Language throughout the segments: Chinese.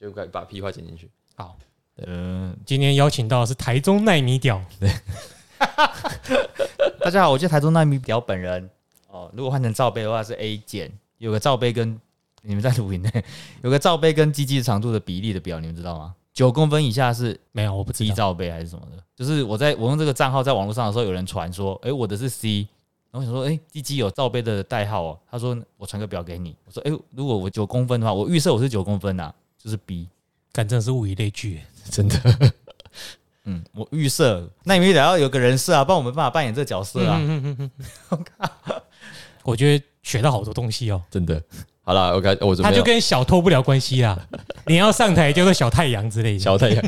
就把把屁话剪进去。好，嗯，今天邀请到的是台中奈米屌， 大家好，我是台中那米表本人。哦，如果换成罩杯的话是 A 减，有个罩杯跟你们在录影呢，有个罩杯跟鸡鸡长度的比例的表，你们知道吗？九公分以下是没有，我不知 D 道。罩杯还是什么的？就是我在我用这个账号在网络上的时候，有人传说，诶，我的是 C，然后我想说，诶，鸡鸡有罩杯的代号哦。他说我传个表给你，我说，诶，如果我九公分的话，我预设我是九公分呐、啊就是 B。干真的是物以类聚，真的，嗯，我预设，那你们得要有个人设啊，不然我没办法扮演这个角色啊。嗯嗯嗯嗯我觉得学到好多东西哦。真的。好啦，我该我准备他了就跟小偷不了关 系啦，你要上台叫做小太阳之类的。小太 阳。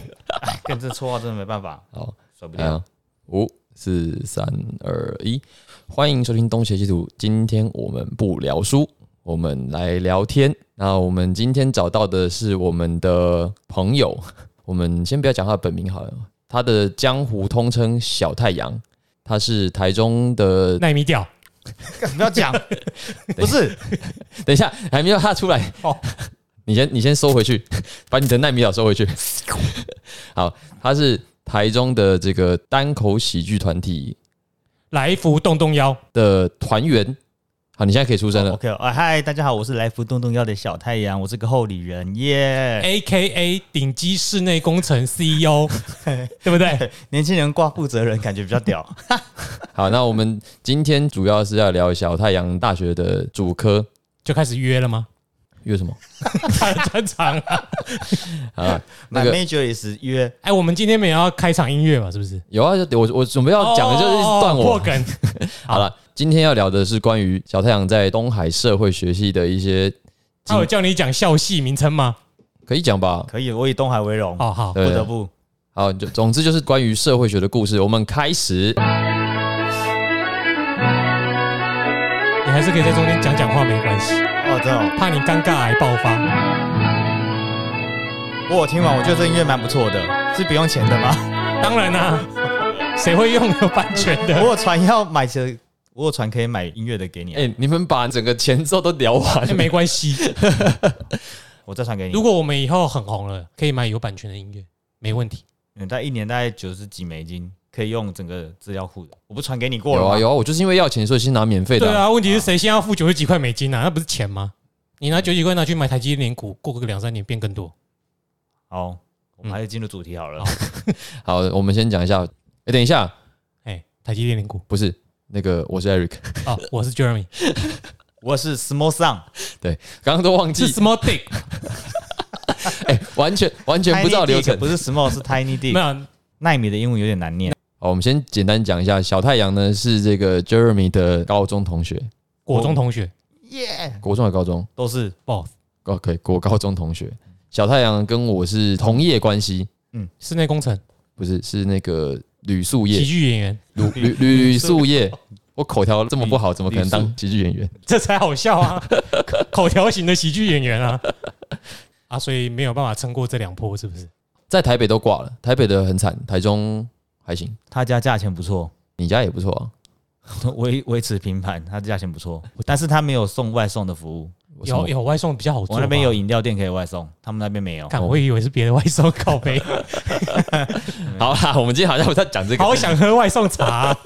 跟这绰号真的没办法，好，甩不来掉。啊，五四三二一，欢迎收听《东邪西毒》。今天我们不聊书，我们来聊天。那我们今天找到的是我们的朋友，我们先不要讲他的本名好了，他的江湖通称小太阳，他是台中的。奈米屌，不 要讲，不是等一下，还没有他出来哦哦。 你先，你先收回去， 把你的奈米表收回去。 好，他是台中的这个单口喜剧团体来福动动腰，的团员。好，你现在可以出声哦了。 OK 啊，嗨，大家好，我是来福洞洞腰的小太阳，我是个后里人哎耶。 A K A 顶级室内工程 CEO，对不对？年轻人挂负责人，感觉比较屌。好，那我们今天主要是要聊小太阳大学的主科，就开始约 了吗？约什么？专场啊！ 啊， 那 My 个 major is 约哎，我们今天没有要开场音乐嘛？是不是？有啊，我我准备要讲的就是一直断哦我破。 梗。好了，今天要聊的是关于小太阳在东海社会学系的一些，他有叫你讲校系名称吗？可以讲吧？可以，我以东海为荣，哦，好，不对得不。好，就总之就是关于社会学的故事。我们开始。你还是可以在中间讲讲话，没关系，哦，真的哦，怕你尴尬癌爆发。我有听完，我觉得这音乐蛮不错的，是不用钱的吗？当然啦、啊 谁会拥有版权嗯我的？ 有传要买的，我有传可以买音乐的给你啊，哎、你们把整个前奏都聊完哎，没关系，我再传给如你。果我们以后很红了，可以买有版权的音乐，没问题。嗯，大概一年大概九十几美金，可以用整个资料库的。我不传给你过有了啊吗？有啊，我就是因为要钱，所以先拿免费的对啊、啊，问题是谁先要付九十几块美金啊？那不是钱吗？你拿九十几块拿去买台积电股，过个两三年变更多。好，我嗯们还是进入主题好了。好，我们先讲一下。哎、等一下，哎，台积电 股不是那个，我是 Eric， 哦，我是 Jeremy，我是 Small Sun，刚刚都忘记 是啊 Small Dick，哎、完全完全不知道流程。不是 Small 是 Tiny 没 Dick。有奈米的英文有点难念，好，我们先简单讲一下，小太阳呢是这个 Jeremy 的高中同学，国中同学耶，国中还是高中？都是 boss，哦，可以，国高中同学。小太阳跟我是同业关系，室内工程不是是那个吕素喜业，剧演 员，吕吕吕吕素业。我口条这么不好，怎么可能当喜剧演员？这才好笑啊！ 口条型的喜剧演员啊，啊，所以没有办法撑过这两波，是不是？在台北都挂了，台北的很惨，台中还行，他家价钱不错， 你家也不错啊。维维持平盘，他价钱不错，但是他没有送外送的服务。我什有么有外送比较好做吧，我那边有饮料店可以外送，他们那边没有。干，我以为是别的外 送靠杯，好啦，我 们今天好像不在讲这个。好想喝外送茶啊、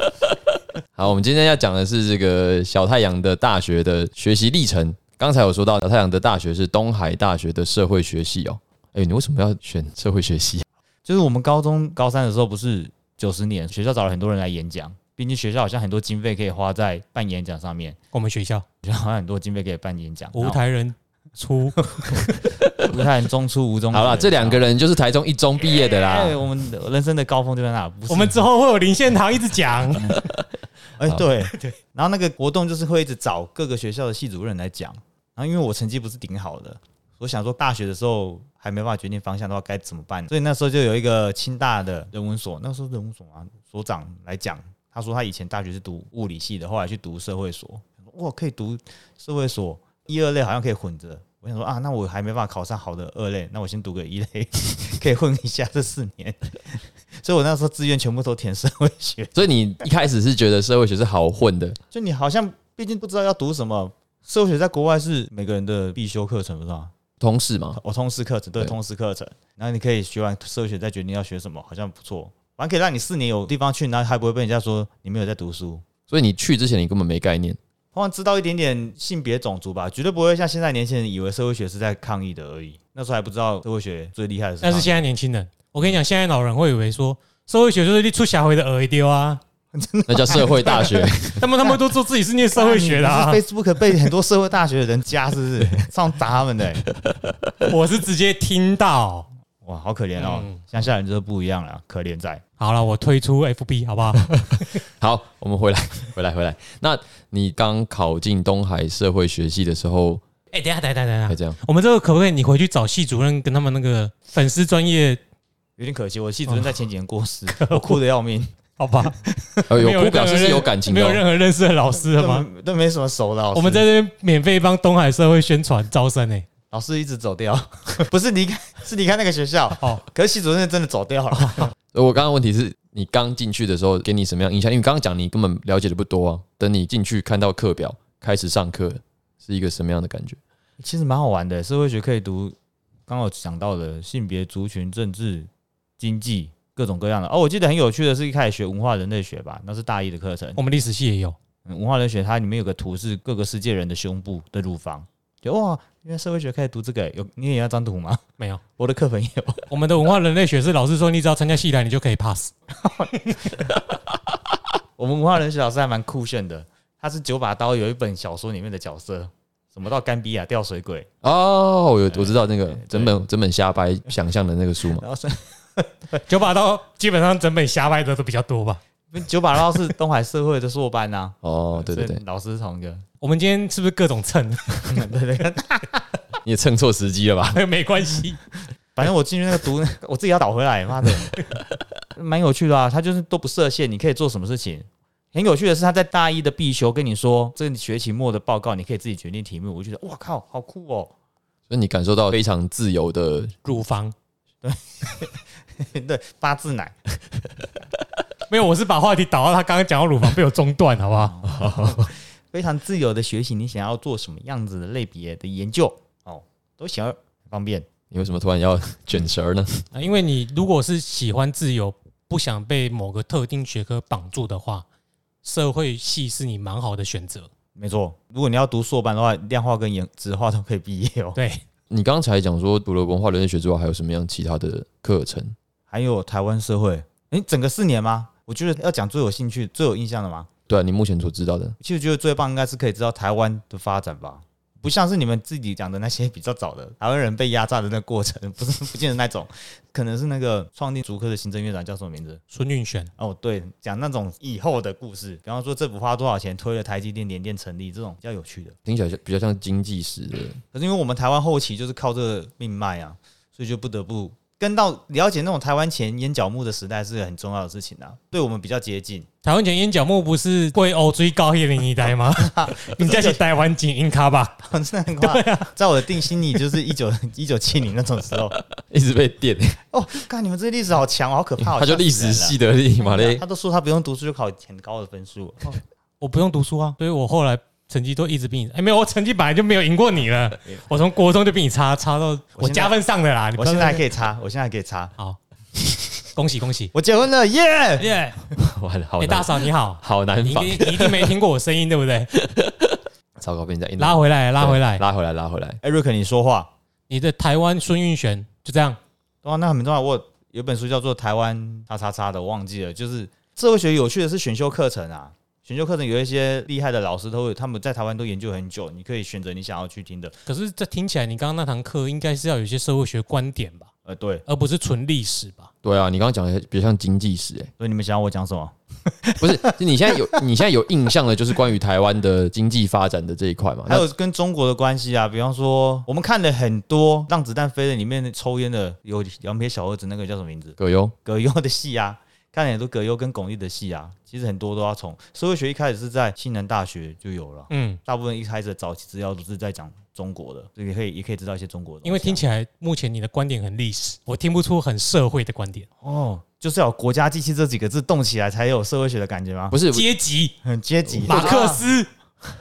好，我们今天要讲的是这个小太阳的大学的学习历程。刚才有说到，小太阳的大学是东海大学的社会学系哦。哎、你为什么要选社会学系？啊就是我们高中高三的时候，不是九十年，学校找了很多人来演讲，毕竟学校好像很多经费可以花在办演讲上面， 我们学校学校好像很多经费可以办演讲。五台人 出，然后，无台人中出无中。好啦，这两个人就是台中一中毕业的啦。哎，我们人生的高峰就在那。不是我们之后会有林献堂一直 讲，哎，对对。然后那个活动就是会一直找各个学校的系主任来讲。然后因为我成绩不是顶好的，我想说大学的时候还没办法决定方向的话该怎么办，所以那时候就有一个清大的人文所，那时候人文所啊所长来讲，他说他以前大学是读物理系的，后来去读社会所，我可以读社会所一二类好像可以混着。我想说啊，那我还没办法考上好的二类，那我先读个一类， 可以混一下这四年。 所以我那时候志愿全部都填社会学。所以你一开始是觉得社会学是好混的，就你好像毕竟不知道要读什么。社会学在国外是每个人的必修课程，不是吗？通识嘛，我通识课程，对，对通识课程，然后你可以学完社会学再决定要学什么，好像不错。反正可以让你四年有地方去，然后还不会被人家说你没有在读书。所以你去之前你根本没概念。通常知道一点点性别、种族吧，绝对不会像现在年轻人以为社会学是在抗议的而已。那时候还不知道社会学最厉害的是但抗议，是现在年轻人，我跟你讲，现在老人会以为说社会学就是你出社会的耳丢 啊，那叫社会大学。他们他们都说自己是念社会学的啊哎你，是 Facebook 被很多社会大学的人加，是不是？ 上砸他们的欸、我是直接听到。哇，好可怜哦嗯！乡下人就是不一样了，可怜仔。好了，我退出 FB 好不 好？好，我们回来， 回来，回来。那你刚考进东海社会学系的时候，哎、等一下，等一下，等一还下，这样，我们这个可不可以你回去找系主任跟他们那个粉丝专业？有点可惜，我系主任在前几年过 世，我哭得要命，好吧，呃， 有没任何哭表示是认有感情没的有哦、任何认识的老师了吗？都没什么熟的老师。我们在这边免费帮东海社会宣传招生欸呢、老师一直走掉， 不是离开，是离开那个学校。哦哦， 可是系主任真的走掉了，呃我刚刚问题是你刚进去的时候给你什么样印象？因为你刚刚讲你根本了解的不多啊。等你进去看到课表，开始上课，是一个什么样的感觉？ 其实蛮好玩的。社会学可以读，刚刚有讲到的性别、族群、政治、经济各种各样的。哦，我记得很有趣的是，一开始学文化人类学吧，那是大一的课程。我们历史系也有，嗯文化人类学它里面有个图是各个世界人的胸部的乳房，就哇，原来社会学可以读这个欸，有你也要张图吗？没有？我的课本也有。我们的文化人类学是老师说，你只要参加系来，你就可以 pass。我们文化人学老师还蛮酷炫的，他是九把刀有一本小说里面的角色，什么到干比亚吊水鬼，哦，我有我知道那个对整本整本瞎掰想象的那个书嘛，然后是九把刀基本上整本瞎掰的都比较多吧。九把刀是东海社会的硕班呐、 哦，对对所以对，老师是同一个， 我们今天是不是各种蹭？ 对对对，你也蹭错时机了吧？没关系，反正我进去那个读，我自己要倒回来，妈的， 蛮有趣的啊，他就是都不设限，你可以做什么事情。很有趣的是，他在大一的必修跟你说，这个学期末的报告你可以自己决定题目。我就觉得，哇靠，好酷哦！ 所以你感受到非常自由的，乳房对，八字奶，没有，我是把话题导到他刚刚讲到乳房被我中断，好不好？非常自由的学习，你想要做什么样子的类别的研究哦，都行，很方便。你为什么突然要卷舌呢？啊因为你如果是喜欢自由，不想被某个特定学科绑住的话，社会系是你蛮好的选择。没错，如果你要读硕班的话，量化跟研质化都可以毕业哦。对，你刚才讲说，除了文化人类学之外，还有什么样其他的课程？还有台湾社会，诶，整个四年吗？我觉得要讲最有兴趣、最有印象的吗？对啊，你目前所知道的，其实觉得最棒应该是可以知道台湾的发展吧，不像是你们自己讲的那些比较早的台湾人被压榨的那个过程，不是不见得那种，可能是那个创立竹科的行政院长叫什么名字？孙运璇哦，对，讲那种以后的故事，比方说政府花多少钱推了台积电、联电成立这种比较有趣的。听起来像比较像经济史 的。可是因为我们台湾后期就是靠这个命脉啊，所以就不得不跟到了解那种台湾前烟角木的时代是很重要的事情啊，对我们比较接近。 台湾前烟角木不是贵欧最高一零一代 吗？你家是台湾景英卡吧？真的很快，啊在我的定心里就是一九 一九七零那种时候。一直被电，哦，看你们这历史好强，哦，好可怕！啊他就历史系的立马嘞他，都说他不用读书就考很高的分数，哦我不用读书啊，所以我后来成绩都一直比你哎、没有，我成绩本来就没有赢过你了，我从国中就比你差，差到我我现在加分上的啦。你不我要现在还可以以查，我现在还可以查。好，恭喜恭喜！我结婚了，耶、耶、完了，好哎，大难，嫂你好，嗯好难你一仿，定你一定没听过我声音对不 对？糟糕，被人家一拉回来，拉回来，拉回来，拉回来。艾瑞克，你说话。你的台湾孙运璇就这样，哇，啊那很重要。我有本书叫做《台湾叉叉叉》的，我忘记了。就是社会学有趣的是选修课程啊，选修课程有一些厉害的老师都会，他们在台湾都研究很久，你可以选择你想要去听的。可是这听起来你刚刚那堂课应该是要有一些社会学观点吧，呃，对，而不是纯历史吧？对啊，你刚刚讲的比较像经济史、欸，所以你们想要我讲什么？不是？是你现在有你现在有印象的，就是关于台湾的经济发展的这一块嘛？还那有跟中国的关系啊，比方说我们看了很多《让子弹飞》的里面抽烟的有两撇小儿子，那个叫什么名字？葛优，葛优的戏啊，看了很多葛优跟巩俐的戏啊，其实很多都要从社会学一开始是在西南大学就有了。嗯，大部分一开始的早期资料都是在讲中国的，所以也可以也可以知道一些中国的东西啊，因为听起来目前你的观点很历史，我听不出很社会的观点。哦，就是要有国家机器这几个字动起来才有社会学的感觉吗？哦不是阶级、 很阶级，马克思、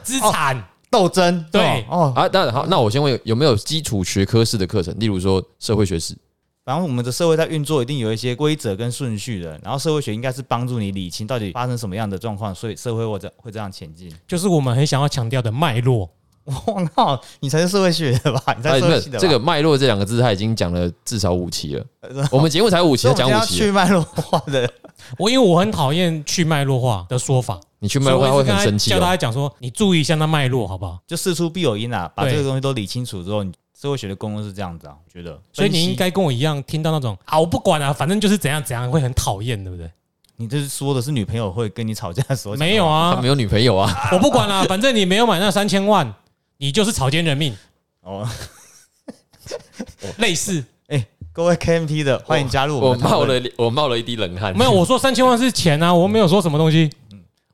资产、斗争，对哦，哦啊，那好，那我先问有没有基础学科式的课程，例如说社会学史，反正我们的社会在运作一定有一些规则跟顺序的，然后社会学应该是帮助你理清到底发生什么样的状况，所以社会会这会这样前进。就是我们很想要强调的脉络。 我靠，你才是社会学的吧？你才哎是不社会是系的吧这个脉络这两个字，他已经讲了至少五期了。我们节目才五期，呃所他以 我讲们今天五期了，要去脉络化 的，我因为我很讨厌去脉络化的说法，你去脉络他所以我会一直很跟他生气叫大哦。家讲说，你注意一下那脉络，好不好？就事出必有因啊，把对这个东西都理清楚之后，你社会学的功能是这样子啊，我觉得。所以你分析应，该跟我一样，听到那种啊，我不管啊，反正就是怎样怎样，会很讨厌，对不对？你这是说的是女朋友会跟你吵架的时候，没有他啊没，有女朋友啊，我不 管啦、反正你没有买那三千万，你就是草菅人命，哦。类似各位 KMT 的，欢迎加入我我们的讨冒论。了我冒了一滴冷汗。没有。我说三千万是钱啊，我没有说什么东西。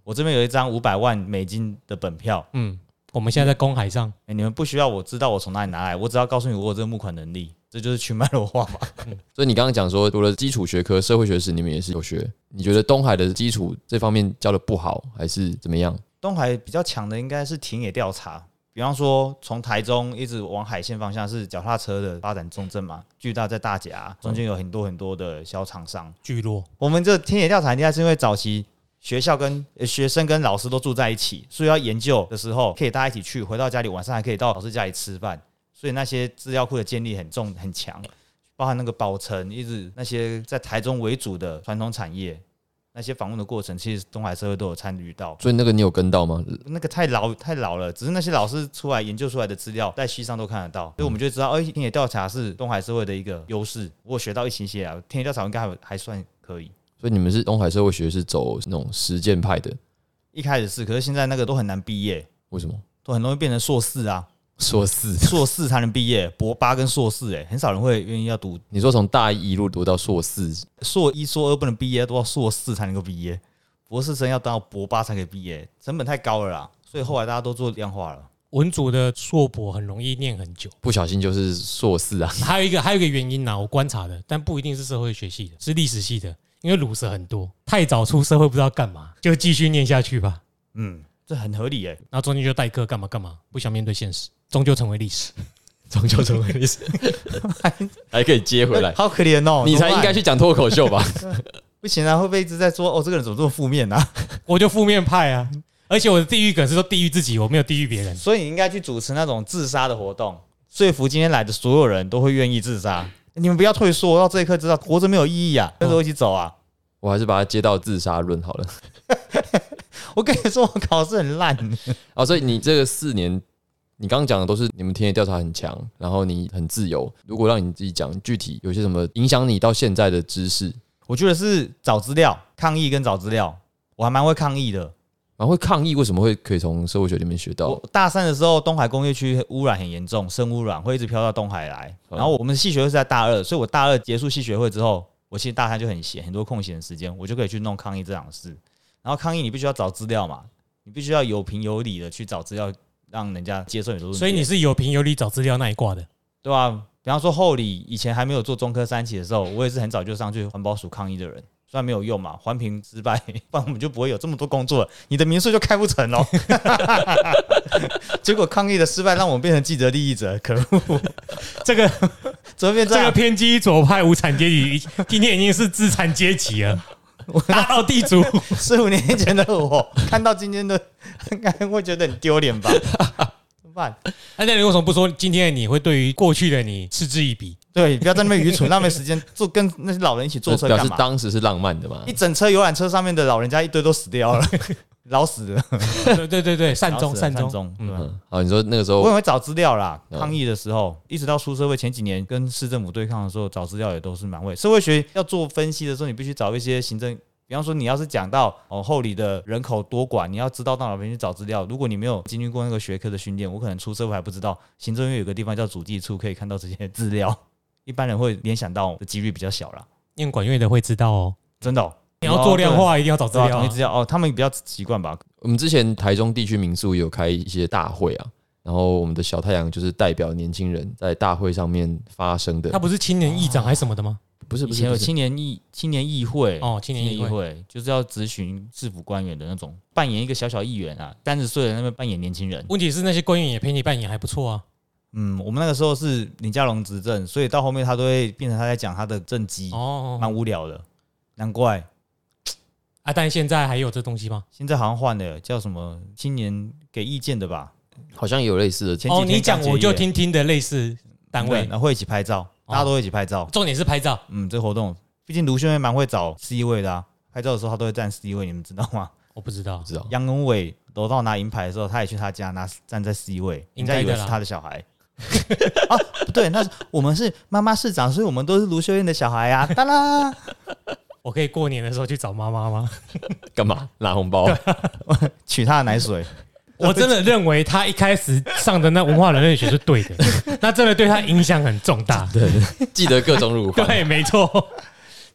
我这边有一张五百万美金的本票，嗯，我们现在在公海上，哎你们不需要我知道我从哪里拿来，我只要告诉你我有这个募款能力，这就是去脉络化嘛。 所以你刚刚讲说，除了基础学科，社会学史你们也是有学。你觉得东海的基础这方面教的不好，还是怎么样？东海比较强的应该是田野调查，比方说从台中一直往海线方向是脚踏车的发展重镇嘛，巨大在大甲，中间有很多很多的小厂商。聚落我们这田野调查应该是因为早期学校跟、呃学生跟老师都住在一起，所以要研究的时候可以大家一起去，回到家里晚上还可以到老师家里吃饭，所以那些资料库的建立很重很强，包含那个保存，一直那些在台中为主的传统产业。那些访问的过程，其实东海社会都有参与到，所以那个你有跟到吗？那个太老太老了，只是那些老师出来研究出来的资料，在西上都看得到，所以我们就知道，哎、田野调查是东海社会的一个优势。我有学到一些些啊，田野调查应该还还算可以。所以你们是东海社会学是走那种实践派的，一开始是，可是现在那个都很难毕业，为什么？都很容易变成硕士啊， 硕士？ 硕士才能毕业，博八跟硕士、欸，很少人会愿意要读你说从大一一路读到硕士，硕一、硕二不能毕业，都要硕士才能够毕业，博士生要到博八才可以毕业，成本太高了啦，所以后来大家都做量化了。文组的硕博很容易念很久。不小心就是硕士啊。还有一个还有一个原因呐、我观察的，但不一定是社会学系的，是历史系的，因为鲁蛇很多，太早出社会不知道干嘛，就继续念下去吧。嗯，这很合理诶、然后中间就代课干嘛干嘛，不想面对现实，终究成为历史，终究成为历史。还可以接回来。好可怜 哦，你怎才么应办该去讲脱口秀吧？不行啊，会不会一直在说哦，这个人怎么这么负面啊？ 我就负面派啊，而且我的地狱梗是说地狱自己，我没有地狱别人。所以你应该去主持那种自杀的活动，说服今天来的所有人都会愿意自杀。你们不要退缩，到这一刻知道活着没有意义啊，跟着我一起走啊！我还是把它接到自杀论好了。 我跟你说，我考试很烂，啊，所以你这个四年，你刚刚讲的都是你们田野调查很强，然后你很自由。如果让你自己讲具体有些什么影响你到现在的知识，我觉得是找资料、抗议跟找资料，我还蛮会抗议的。然后会抗议为什么会可以从社会学里面学到我？大三的时候，东海工业区污染很严重，生污染会一直飘到东海来。嗯然后我们系学会是在大二，所以我大二结束系学会之后，我其实大三就很闲，很多空闲的时间，我就可以去弄抗议这档事。然后抗议你必须要找资料嘛，你必须要有凭有理的去找资料，让人家接受你的论点。所以你是有凭有理找资料那一挂的，对吧、比方说后里以前还没有做中科三期的时候，我也是很早就上去环保署抗议的人。虽然没有用嘛，环评失败， 不然我们就不会有这么多工作了，你的民宿就开不成了。 结果抗议的失败让我们变成既得利益者，可恶！ 这个怎么变这这个样？偏激左派无产阶级，今天已经是资产阶级了， 打倒地主。十五年前的我 看到今天的，应该会觉得很丢脸吧？ 怎么办？那那你为什么不说今天的你会对于过去的你嗤之 以鼻？对，不要在那边愚蠢，浪费时间，坐跟那些老人一起坐这车呃表干示嘛？当时是浪漫的嘛一？整车游览车上面的老人家一堆都死掉了， 老死了。对对对对，善老终死了善善终。终，对吧嗯，好，你说那个时候我也会找资料啦。嗯抗议的时候，一直到出社会前几年跟市政府对抗的时候，找资料也都是蛮会。社会学要做分析的时候，你必须找一些行政，比方说你要是讲到哦后里的人口多寡，你要知道到哪边去找资料。如果你没有经历过那个学科的训练，我可能出社会还不知道，行政院有个地方叫主计处，可以看到这些资料。一般人会联想到的几率比较小啦，念管乐的会知道哦，真的哦、你要做量化一定要找资对啊，料统啊一资。料哦，他们比较习惯吧，我们之前台中地区民宿也有开一些大会啊，然后我们的小太阳就是代表年轻人在大会上面发声的啊他。不是青年议长还是什么的吗？不是以不前是有不是，青年议青年议会哦青年议会会就是要咨询市府官员的那种，扮演一个小小议员啊，三十岁的那边扮演年轻人。问题是那些官员也陪你扮演还不错啊。嗯，我们那个时候是林佳龙执政，所以到后面他都会变成他在讲他的政绩，哦，蛮无聊的。难怪啊，但现在还有这东西吗？现在好像换了，叫什么青年给意见的吧？好像有类似的，前哦，几你天刚讲结业我就听听的类似单对位，然后会一起拍照，大家都会一起拍照。重点是拍照。嗯，这活动，毕竟卢轩也蛮会找 C 位的啊，拍照的时候他都会站 C 位，你们知道吗？我不知道不，知道杨永伟楼道拿银牌的时候，他也去他家拿站在 C 位，应人该家的以啦为是他的小孩。 啊，不对，那是我们是妈妈市长，所以我们都是卢秀燕的小孩啊！当啦，我可以过年的时候去找妈 妈吗？干嘛拿红包，取他的奶水，我真的认为他一开始上的那文化人类学是 对的，那真的对他影响很重大。记得各种辱华。对，没错，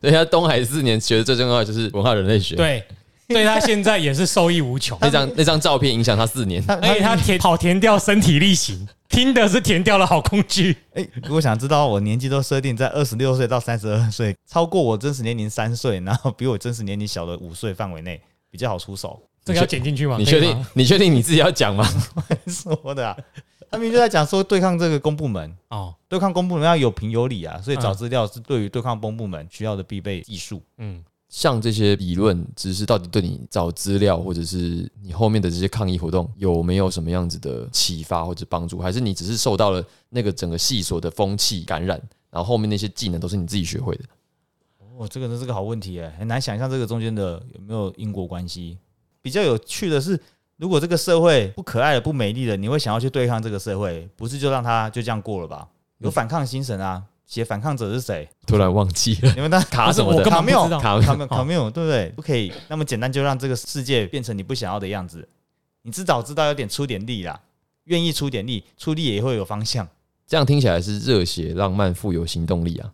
人家东海四年学的最重要的就是文化人类学，，对，所以他现在也是受益 无穷。那张那张照片影响他四年。他而且他填跑填掉身体力行，听的是填掉的好工具。哎、如果想知道我年纪都设定在二十六岁到三十二岁，超过我真实年龄三岁，然后比我真实年龄小的五岁范围内，比较好出手。 这个要剪进去吗？ 你可以确吗定？？你确定你自己要讲吗？ 说的啊，他们就在讲说对抗这个公部门，哦，对抗公部门要有凭有理啊，所以找嗯资料是对于对抗公部门需要的必备技术。嗯，像这些理论知识，到底对你找资料，或者是你后面的这些抗议活动，有没有什么样子的启发或者帮助？还是你只是受到了那个整个系所的风气感染，然后后面那些技能都是你自己学会的？哦，这个真是个好问题哎，很难想象这个中间的有没有因果关系。比较有趣的是，如果这个社会不可爱的、不美丽的，你会想要去对抗这个社会，不是就让它就这样过了吧？有反抗精神啊！写反抗者是谁？突然忘记了你们 当卡什么我的根卡本不缪知道。卡卡 缪好卡缪，对不对？不可以那么简单就让这个世界变成你不想要的样子。你至少知道有点出点力啦，愿意出点力，出力也会有方向，这样听起来是热血、浪漫、富有行动力啊！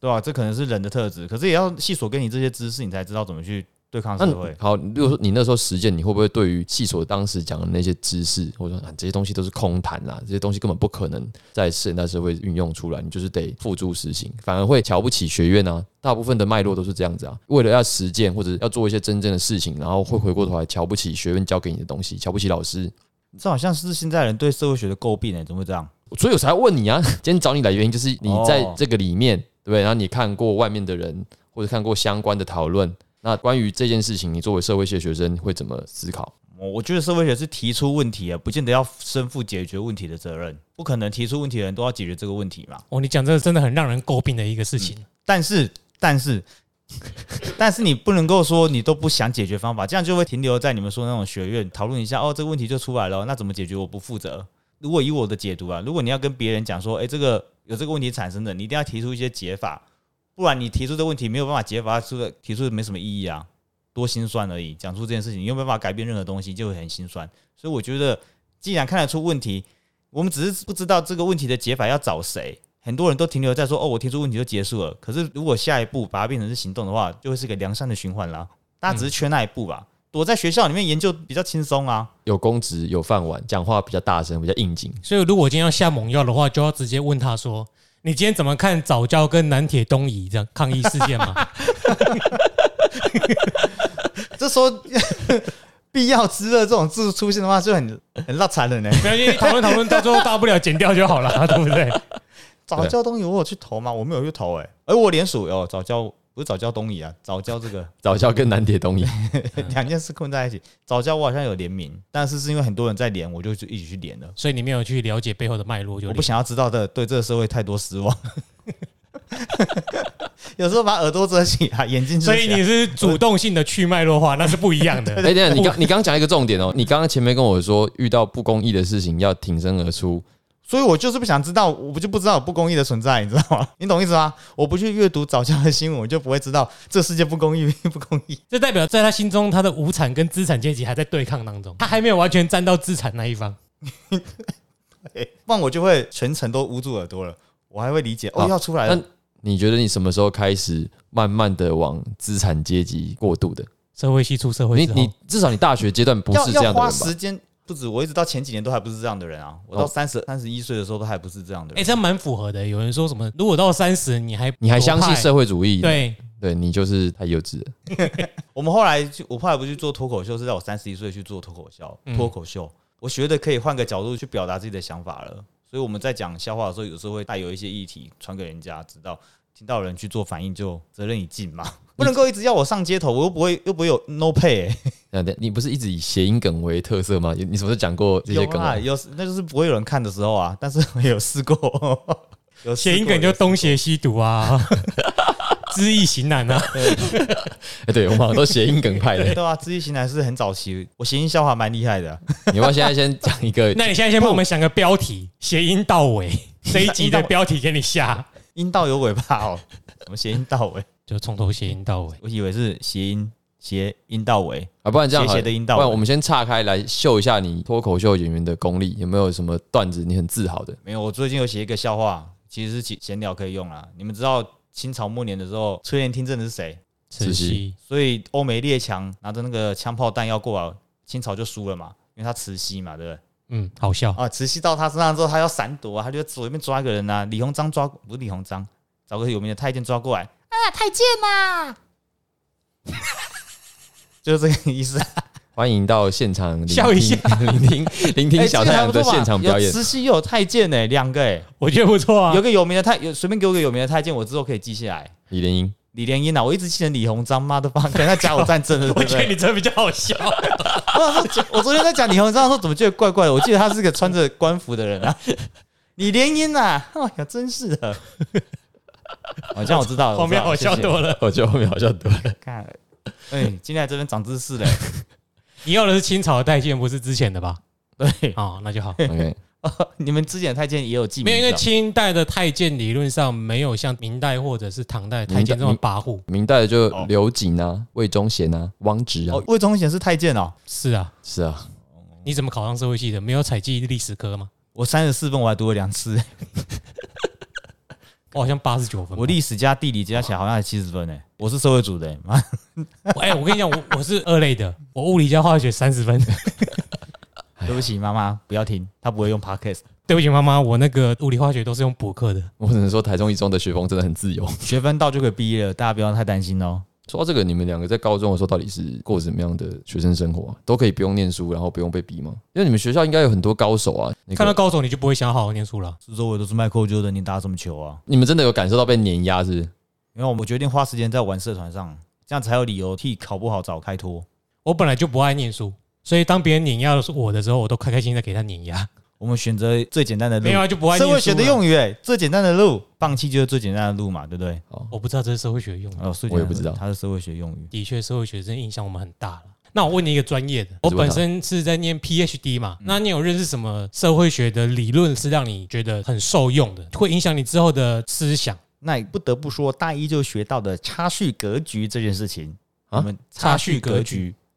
对吧、这可能是人的特质，可是也要细数给你这些知识，你才知道怎么去对抗那社会你。好，如果说你那时候实践，你会不会对于系所当时讲的那些知识，或者说、啊、这些东西都是空谈啦、这些东西根本不可能在现代社会运用出来，你就是得付诸实行，反而会瞧不起学院啊。大部分的脉络都是这样子啊，为了要实践或者要做一些真正的事情，然后会回过头来瞧不起学院教给你的东西，瞧不起老师，这好像是现在人对社会学的诟病哎、怎么会这样？所以我才问你啊， 今天找你来原因就是你在哦这个里面，对不对？然后你看过外面的人，或者看过相关的讨论，那关于这件事情，你作为社会系的学生会怎么思考？我我觉得社会学是提出问题啊，不见得要身负解决问题的责任，不可能提出问题的人都要解决这个问题嘛。哦，你讲这个真的很让人诟病的一个事嗯情。但是，但是， 但是你不能够说你都不想解决方法，这样就会停留在你们说那种学院讨论一下，哦，这个问题就出来了，那怎么解决？我不负责。如果以我的解读啊，如果你要跟别人讲说，哎、这个有这个问题产生的，你一定要提出一些解法，不然你提出的问题没有办法解法，出的提出没什么意义啊，多心酸而已。讲出这件事情，你又没有办法改变任何东西，就会很心酸。所以我觉得，既然看得出问题，我们只是不知道这个问题的解法要找谁。很多人都停留在说哦，我提出问题就结束了。可是如果下一步把它变成是行动的话，就会是一个良善的循环啦。大家只是缺那一步吧，躲在学校里面研究比较轻松啊。有公职有饭碗，讲话比较大声，比较应景。所以如果今天要下猛药的话，就要直接问他说：“你今天怎么看早教跟南铁东移这样抗议事 件嘛这时候 必要之乐这种字出现的话，就很很拉惨了呢。？”没关系，讨论讨论，到最后大不了剪掉就好了，对不对？ 早教东移我有去投吗？我没有去投哎、而我联署哦，早教不是早教东移啊，早教这个 早教跟南铁东移，两件事困在一起。早教我好像有联名，但是是因为很多人在联，我就一起去联了。所以你没有去了解背后的脉络，就我不想要知道的，对这个社会太多失望。 有时候把耳朵遮起来，眼睛遮所起以来。你是主动性的去脉络化，那是不一 样哎、的。等一下你刚你刚讲一个重点哦，你刚刚前面跟我说遇到不公义的事情要挺身而出，所以我就是不想知道，我就不知道有不公义的存在，你知道吗？ 你懂意思吗？我不去阅读早教的新闻，我就不会知道这世界不公义 不公义。这代表在他心中，他的无产跟资产阶级还在对抗当中，他还没有完全站到资产那一方。欸不然我就会全程都捂住耳朵了。我还会理解哦，好要出来了那。你觉得你什么时候开始慢慢的往资产阶级过渡的？社会系出社会你之后你，至少你大学阶段不要是这哦要样的花人吧时？间，不止我一直到前几年都还不是这样的人啊，我哦到三十三十一岁的时候都还不是这样的哎、人。这样蛮符合的。有人说什么，如果到三十你还你还相信社社会主义？对，对，你就是太幼稚了。我们后来去，我后来不去做脱口秀，是在我三十一岁去做脱口秀。嗯脱口秀，我觉得可以换个角度去表达自己的想法了。所以我们在讲笑话的时候，有时候会带有一些议题传给人家，直到听到人去做反应，就责任已尽 嘛。不能够一直要我上街头，我又不会又不会有 no pay、欸。那等你不是一直以谐音梗为特色吗？你你什么时候讲过这有些梗啊啊，？有时那就是不会有人看的时候啊。但是我有试过， 有试过谐音梗就东邪西毒啊， 知易行难啊。哎，对我们好像都谐音梗派的。 对啊，知易行难是很早期，我谐音笑话蛮厉害的。你要不要现在先讲一个？那你现在先帮我们想个标题，谐音到尾，这一集的标题给你下，阴道有尾巴哦，什么谐音到尾？就从头谐音到尾。我以为是谐音谐音到尾，啊，不然这样好了斜斜的阴道不然我们先岔开来秀一下你脱口秀演员的功力，有没有什么段子你很自豪的？没有。我最近有写一个笑话，其实是闲闲聊可以用啦。你们知道清朝末年的时候，垂帘听政的是谁？慈慈禧禧，所以欧美列强拿着那个枪炮弹药过来，啊清朝就输了嘛，因为他慈禧嘛，对不对？嗯，好笑。啊，慈禧到他身上之后，他要闪躲啊，他就随便抓一个人啊。李鸿章抓不是李鸿章，找个有名的太监抓过来啊，太监呐、 就是这个意思啊。欢迎到现场聆听笑一下， 聆听聆听小太阳的现场表哎哎这个还不错吧有演。慈禧又有太监呢、两个哎、我觉得不错啊有。个有名的太，有随便给我个有名的太监，我之后可以记下来。李莲英，李莲英啊，我一直记得李鸿章，妈的妈，可能他甲午战争 了，我对不觉得对？你这比较好笑。我昨天在讲李鸿章的时候，怎么觉得怪怪的？我记得他是个穿着官服的人 啊。李莲英啊，哎呀，真是的。哦，这样我知道了， 后面好我知道了笑谢谢多了。我觉哦得后面好像多 了。看，哎、今天来这边长知识嘞。你要的是清朝的代件，不是之前的吧？对，哦，那 就好。 OK，你们之前的太监也有记名没字哦，有，因为清代的太监理论上没有像明代或者是唐代的太监这么跋扈。明代的就哦刘瑾啊、魏忠贤啊、汪直啊哦，，魏忠贤是太监哦。是啊，是啊，你怎么考上社会系的？没有采集历史科 吗？我三十四分，我还读了两次，哦我好像八十九分吧。我历史加地理加起来好像才七十分呢。我是社会主的，妈，我哎、我跟你讲，我我是二类的，我物理加化学三十分。 对不起，妈妈不要听，她不会用 podcast。对不起，妈妈，我那个物理化学都是用补课的。我只能说台中一中的学风真的很自由。学分到就可以毕业了，大家不要太担心哦。说到这个，你们两个在高中的时候到底是过怎么样的学生生活啊、都可以不用念书，然后不用被逼吗？因为你们学校应该有很多高手啊，那个看到高手你就不会想要好好念书了。四周围都是麦克就的，你打什么球啊？你们真的有感受到被碾压是不是？因为我决定花时间在玩社团上，这样才有理由替考不好找开脱。我本来就不爱念书，所以当别人碾压的是我的时候，我都开开心心的给他 碾压。我们选择最简单的路，没有啊，就不爱念社书。会学的，用语、欸，最简单的路，放弃就是最简单的路嘛，对不对？哦，我不知道这是社会学的用语。哦，最简单的路我也不知道它是社会学用语。的确，社会学真的影响我们很大了。那我问你一个专业的，我你问嗯本他身是在念 PhD 嘛，那你有认识什么社会学的理论是让你觉得很受用的，会影响你之后的思想？那也不得不说，大一就学到的差序格局这件事情啊我们局。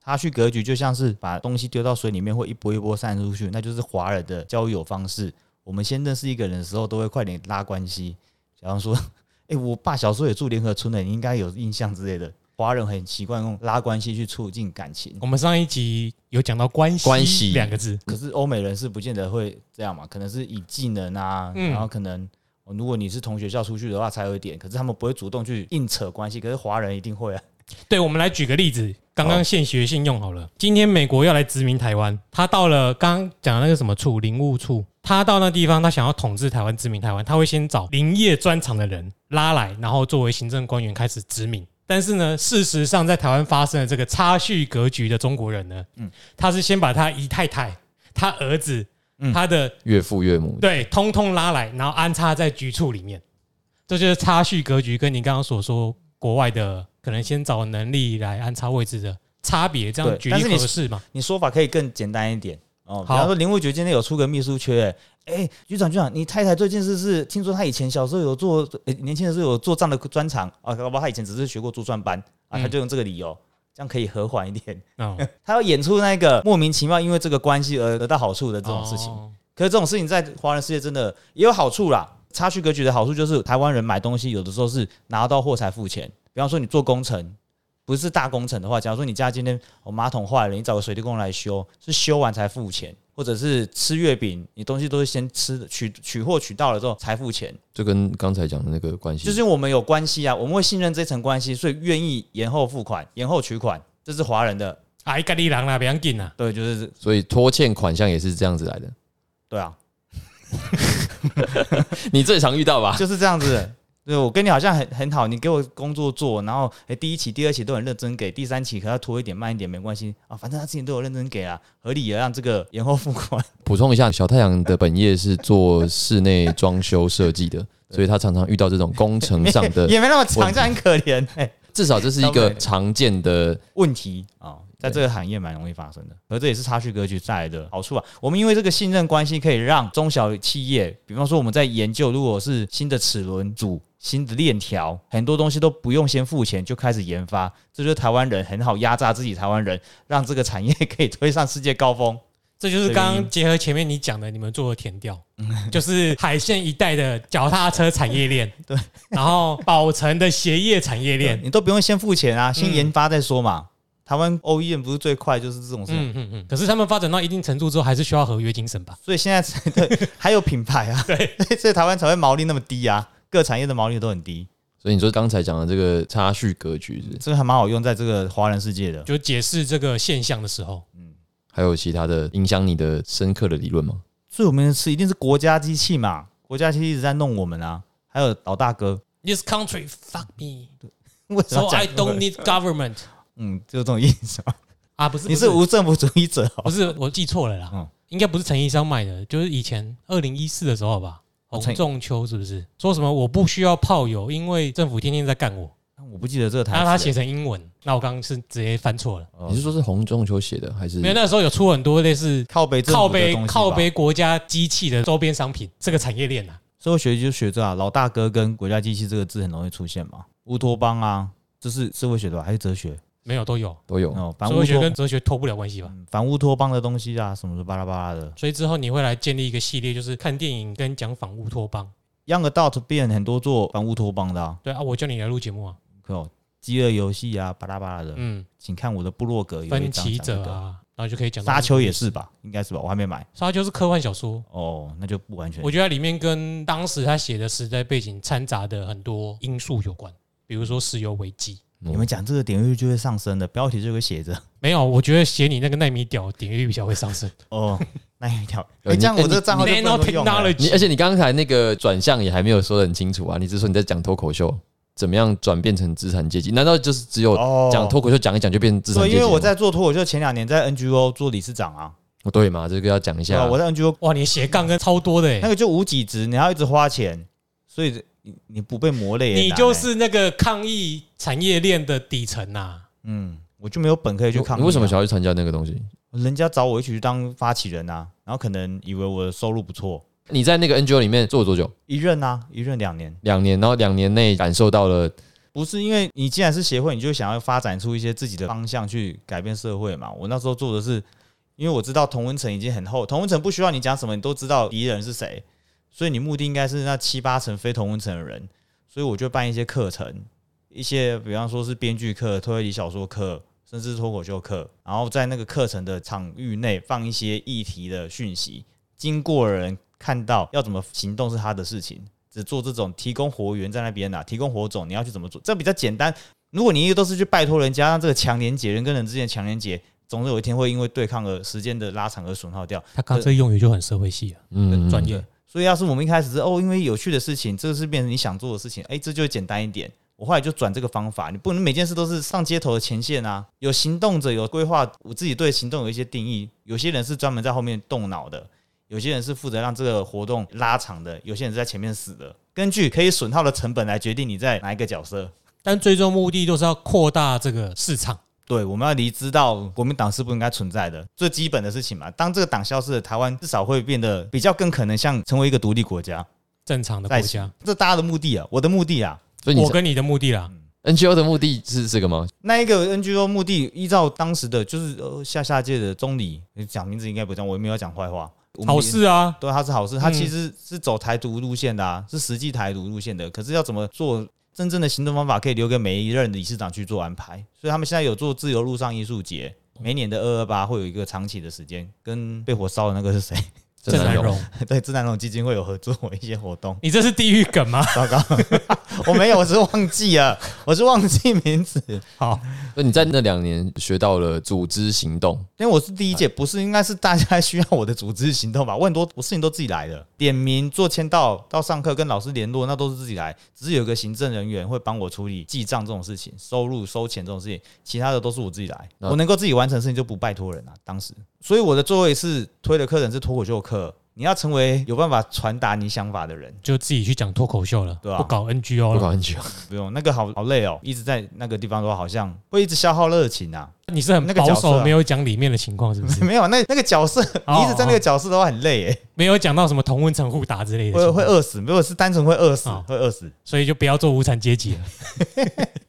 差序格局就像是把东西丢到水里面，会一波一波散出去，那就是华人的交友方式。我们先认识一个人的时候，都会快点拉关系。假如说， 哎、我爸小时候也住联合村的，你应该有印象之类的。华人很习惯用拉关系去促进感情，我们上一集有讲到关系关系两个字，可是欧美人是不见得会这样嘛，可能是以技能啊，嗯然后可能哦如果你是同学校出去的话才有一点，可是他们不会主动去硬扯关系，可是华人一定会啊。 对，我们来举个例子，刚刚现学现用好了。今天美国要来殖民台湾，他到了刚刚讲的那个什么处林务处，他到那地方，他想要统治台湾、殖民台湾，他会先找林业专长的人拉来，然后作为行政官员开始殖民。但是呢，事实上在台湾发生的这个差序格局的中国人呢，嗯，他是先把他姨太太、他儿子、他的岳父岳母对，通通拉来，然后安插在局处里面，这就是差序格局，跟你刚刚所说国外的可能先找能力来安插位置的差别，这样对举但例是你合适吗？你说法可以更简单一点哦，比好方说林务局今天有出个秘书缺、欸，哎、局长局长，你太太最近是不是听说她以前小时候有做，欸年轻的时候有做账的专长啊，搞不好她以前只是学过珠算班啊，嗯她就用这个理由，这样可以和缓一点。嗯，她要演出那个莫名其妙因为这个关系而得到好 处的这种事情。哦可是这种事情在华人世界真的也有好处啦。差距格局的好处就是，台湾人买东西有的时候是拿到货才付钱。比方说你做工程，不是大工程的话，假如说你家今天我、哦马桶坏了，你找个水电工来修，是修完才付钱，或者是吃月饼，你东西都是先吃的取取货取到了之后才付钱，就跟刚才讲的那个关系，就是我们有关系啊，我们会信任这层关系，所以愿意延后付款、延后取款，这是华人的，啊，一个你人啦，不要紧啦，对，就是所以拖欠款项也是这样子来的。对啊，你最常遇到吧？ 就是这样子。对，我跟你好像很很好，你给我工作做，然后哎、诶第一期、第二期都很认真给，第三期可能要拖一点、慢一点没关系啊，反正他之前都有认真给啊，合理的让这个延后付款。补充一下，小太阳的本业是做室内装修设计 的，所以他常常遇到这种工程上的，也没那么长，这样很可怜、哎，至少这是一个常见的。问题啊、哦在这个行业蛮容易发生的。而这也是差距格局带来的好处啊。我们因为这个信任关系，可以让中小企业，比方说我们在研究，如果是新的齿轮组、新的链条，很多东西都不用先付钱就开始研发，这就是台湾人很好压榨自己台湾人，让这个产业可以推上世界高峰。这就是刚刚结合前面你讲的，你们做的填调， 嗯就是海线一带的脚踏车产业链， 对，然后宝城的鞋业产业链， 你都不用先付钱啊，先研发再说嘛。台湾 OEM 不是最快就是这种事，嗯嗯嗯。可是他们发展到一定程度之后，还是需要合约精神吧？所以现在才对 还有品牌啊，嗯 对，所以台湾才会毛利那么低啊，各产业的毛利都很低，所以你说刚才讲的这个差序格局是不是，这个还蛮好用在这个华人世界的。就解释这个现象的时候，还有其他的影响你的深刻的理论吗？最有名的是一定是国家机器嘛，国家机器一直在弄我们啊，还有老大哥， This country fuck me, 为什 so 么 I 讲这个 don't need government 嗯，就这种意思嘛。啊，不是，你不是无政府主义者哦，不是我记错了啦，嗯应该不是陈医生买的，就是以前二零一四的时候吧，哦洪陈仲秋是不是说什么我不需要炮友，因为政府天天 在干我，我不记得这个台词。然后他写成英文，那我刚刚是直接翻错了，哦你是说是洪仲秋写的还是没？有那时候有出很多类似靠北政靠府的背东西吧靠背，国家机器的周边商品这个产业链啊，所以我学就学这啊，老大哥跟国家机器这个字很容易出现嘛。乌托邦啊，这是社会学的吧，还是哲学？没有都有，都有。哦，反所以乌我觉得托跟哲学脱不了关系吧。嗯反乌托邦的东西啊，什么的巴拉巴拉的。所以之后你会来建立一个系列，就是看电影跟讲反乌托邦。 Young Adult 变很多做反乌托邦的、啊，对啊，我叫你来录节目啊，可哦，饥饿游戏啊，巴拉巴拉的。嗯，请看我的部落格有一分章歧讲这者个。啊，然后就可以讲到沙丘也是吧，应该是吧，我还没买沙丘是科幻小说，哦，那就不完全我。觉得它里面跟当时他写的时代背景掺杂的很多因素有关，比如说石油危机。你们讲这个点阅率就会上升的，标题就会写着 没有，我觉得写你那个纳米屌点阅率比较会上升。哦，那一条。呃 哎，这样你我这个账号就不能用了。你 Nanotechnology，而且你刚才那个转向也还没有说的很清楚啊，你只是说你在讲脱口秀怎么样转变成资产阶级？难道就是只有哦讲脱口秀讲一讲就变成资产对，阶级因了吗？为我在做脱口秀前两年在 NGO 做理事长啊，哦对嘛，这个要讲一对啊下吧？。我在 NGO 哇，你斜杠跟超多的那欸，个就无几职，你还要一直花钱，所以你你不被磨累也难欸，你就是那个抗议产业链的底层啊呐。嗯，我就没有本可以去抗议啊。你为什么想要去参加那个东西？人家找我一起去当发起人啊？然后可能以为我的收入不错，你在那个 NGO 里面做了多久？一任啊，一任两年，两年，然后两年内感受到了不是因为你既然是协会，你就想要发展出一些自己的方向去改变社会嘛。我那时候做的是，因为我知道同文层已经很厚，同文层不需要你讲什么，你都知道敌人是谁，所以你目的应该是那七八成非同文层的人。所以我就办一些课程，一些比方说是编剧课、推理小说课，甚至脱口秀课，然后在那个课程的场域内放一些议题的讯息，经过的人看到要怎么行动是他的事情。只做这种提供活源在那边啊，提供火种，你要去怎么做，这比较简单。如果你一直都是去拜托人家，让这个强连结人跟人之间的强连结，总有一天会因为对抗而时间的拉长而损耗掉。他刚这用语就很社会系啊了，嗯专业。所以要是我们一开始是哦，因为有趣的事情，这个是变成你想做的事情，哎、这就简单一点。我后来就转这个方法，你不能每件事都是上街头的前线啊，有行动者，有规划。我自己对行动有一些定义，有些人是专门在后面动脑的，有些人是负责让这个活动拉长的，有些人是在前面死的。根据可以损耗的成本来决定你在哪一个角色。但最终目的就是要扩大这个市场。对，我们要离知道国民党是不应该存在的，最基本的事情嘛。当这个党消失了，台湾至少会变得比较更可能像成为一个独立国家。正常的国在家，这大家的目的啊，我的目的啊，所以你我跟你的目的嗯啦， NGO 的目的是这个吗？那一个 NGO 目的，依照当时的就是、呃、下下届的中理，讲名字应该不讲，我也没有讲坏话。我们也，好事啊，对，他是好事，他嗯其实是走台独路线的啊，是实际台独路线的。可是要怎么做？真正的行动方法可以留给每一任的理事长去做安排。所以他们现在有做自由路上艺术节，每年的二二八会有一个长期的时间，跟被火烧的那个是谁？郑南荣， 对，自然荣基金会有合作一些活动。你这是地狱梗吗？糟糕，我没有，我是忘记了，我是忘记名字，好，那你在那两年学到了组织行动，因为我是第一届，不是应该是大家需要我的组织行动吧？我 很多我事情都自己来的，点名、做签到、到上课跟老师联络，那都是自己来。只是有个行政人员会帮我处理记账这种事情、收入、收钱这种事情，其他的都是我自己来。那我能够自己完成的事情就不拜托人了、啊当时，所以我的最后一次推的课程是脱口秀课。你要成为有办法传达你想法的人，就自己去讲脱口秀了，对啊不搞 NGO 不了。搞很久，不用那个好好累哦，一直在那个地方的话，好像会一直消耗热情啊。 你是很那个保角色守，啊没有讲里面的情况，是不嗯是？没有，那那个角色，哦你一直在那个角色的话很累诶，没有讲到什么同温层互打之类的会情会况，饿死。如果是单纯会饿死哦，会饿死。所以就不要做无产阶级了。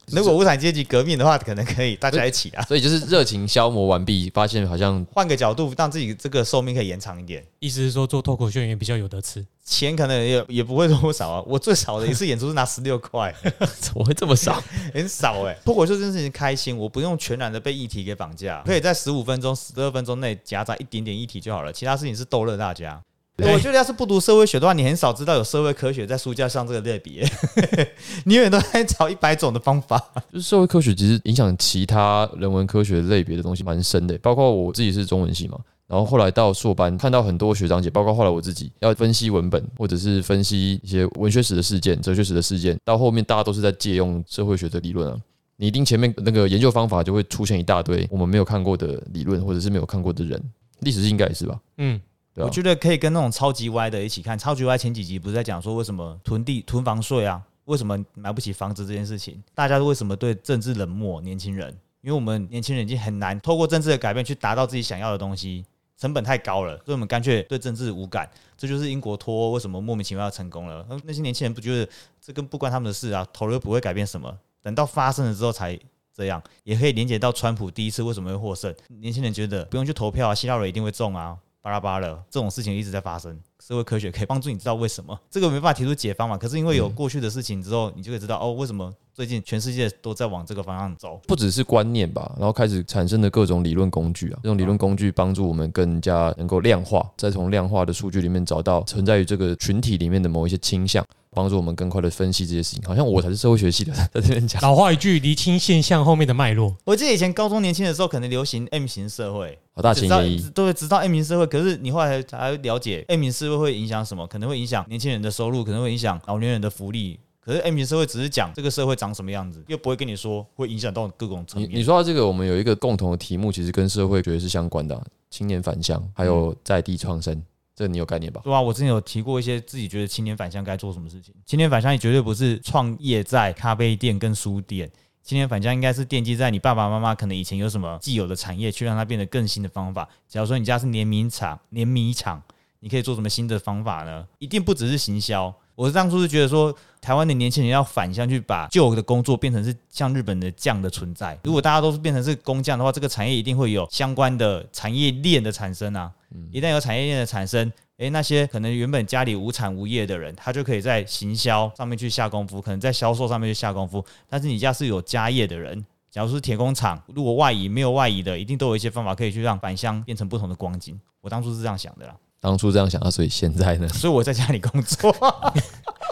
如果无产阶级革命的话，可能可以大呃家一起啊，所以就是热情消磨完毕，发现好像换个角度，让自己这个寿命可以延长一点。意思是说做脱口秀演员比较有得吃，钱可能也也不会多少啊，我最少的一次演出是拿十六块， 怎么会这么少？很少哎、脱口秀这件事情开心，我不用全然的被议题给绑架，可以在十五分钟、十二分钟内夹杂一点点议题就好了，其他事情是逗乐大家。对我觉得要是不读社会学的话，你很少知道有社会科学在书架上这个类别， 你永远都在找一百种的方法。就是社会科学其实影响其他人文科学类别的东西蛮深的，包括我自己是中文系嘛，然后后来到硕班看到很多学长姐，包括后来我自己要分析文本或者是分析一些文学史的事件、哲学史的事件，到后面大家都是在借用社会学的理论啊。你一定前面那个研究方法就会出现一大堆我们没有看过的理论，或者是没有看过的人，历史系应该也是吧？嗯，对啊我觉得可以跟那种超级歪的一起看。超级歪前几集不是在讲说为什么囤地、囤房税啊，为什么买不起房子这件事情，大家为什么对政治冷漠？年轻人，因为我们年轻人已经很难透过政治的改变去达到自己想要的东西，成本太高了，所以我们干脆对政治无感。这就是英国脱欧为什么莫名其妙成功了。那那些年轻人不觉得这跟不关他们的事啊，投了又不会改变什么，等到发生了之后才这样，也可以连接到川普第一次为什么会获胜。年轻人觉得不用去投票啊，希拉蕊一定会中啊，巴拉巴拉的，这种事情一直在发生。社会科学可以帮助你知道为什么，这个没办法提出解方嘛。可是因为嗯有过去的事情之后，你就会知道哦，为什么最近全世界都在往这个方向走。不只是观念吧，然后开始产生的各种理论工具啊，这种理论工具帮助我们更加能够量化，再从量化的数据里面找到存在于这个群体里面的某一些倾向，帮助我们更快的分析这些事情。好像我才是社会学系的，在这边讲老话一句，厘清现象后面的脉络。我记得以前高中年轻的时候，可能流行 M 型社会， 好大只知前道研一，对，知道 M 型社会，可是你后来才了解 M 型社会会影响什么？可能会影响年轻人的收入，可能会影响老年人的福利。可是 M 型社会只是讲这个社会长什么样子，又不会跟你说会影响到各种层你你面。说到这个，我们有一个共同的题目，其实跟社会学是相关的啊、青年返乡，还有在地创生，这你有概念吧？对啊，我之前有提过一些自己觉得青年返乡该做什么事情。青年返乡也绝对不是创业在咖啡店跟书店，青年返乡应该是奠基在你爸爸妈妈可能以前有什么既有的产业，去让它变得更新的方法。假如说你家是碾米厂，碾米厂，你可以做什么新的方法呢？一定不只是行销。我当初是觉得说，台湾的年轻人要反向去把旧的工作变成是像日本的匠的存在。如果大家都是变成是工匠的话，这个产业一定会有相关的产业链的产生啊。一旦有产业链的产生，诶，那些可能原本家里无产无业的人，他就可以在行销上面去下功夫，可能在销售上面去下功夫。但是你家是有家业的人，假如是铁工厂，如果外移没有外移的，一定都有一些方法可以去让返乡变成不同的光景。我当初是这样想的啦，当初这样想啊，所以现在呢？所以我在家里工作。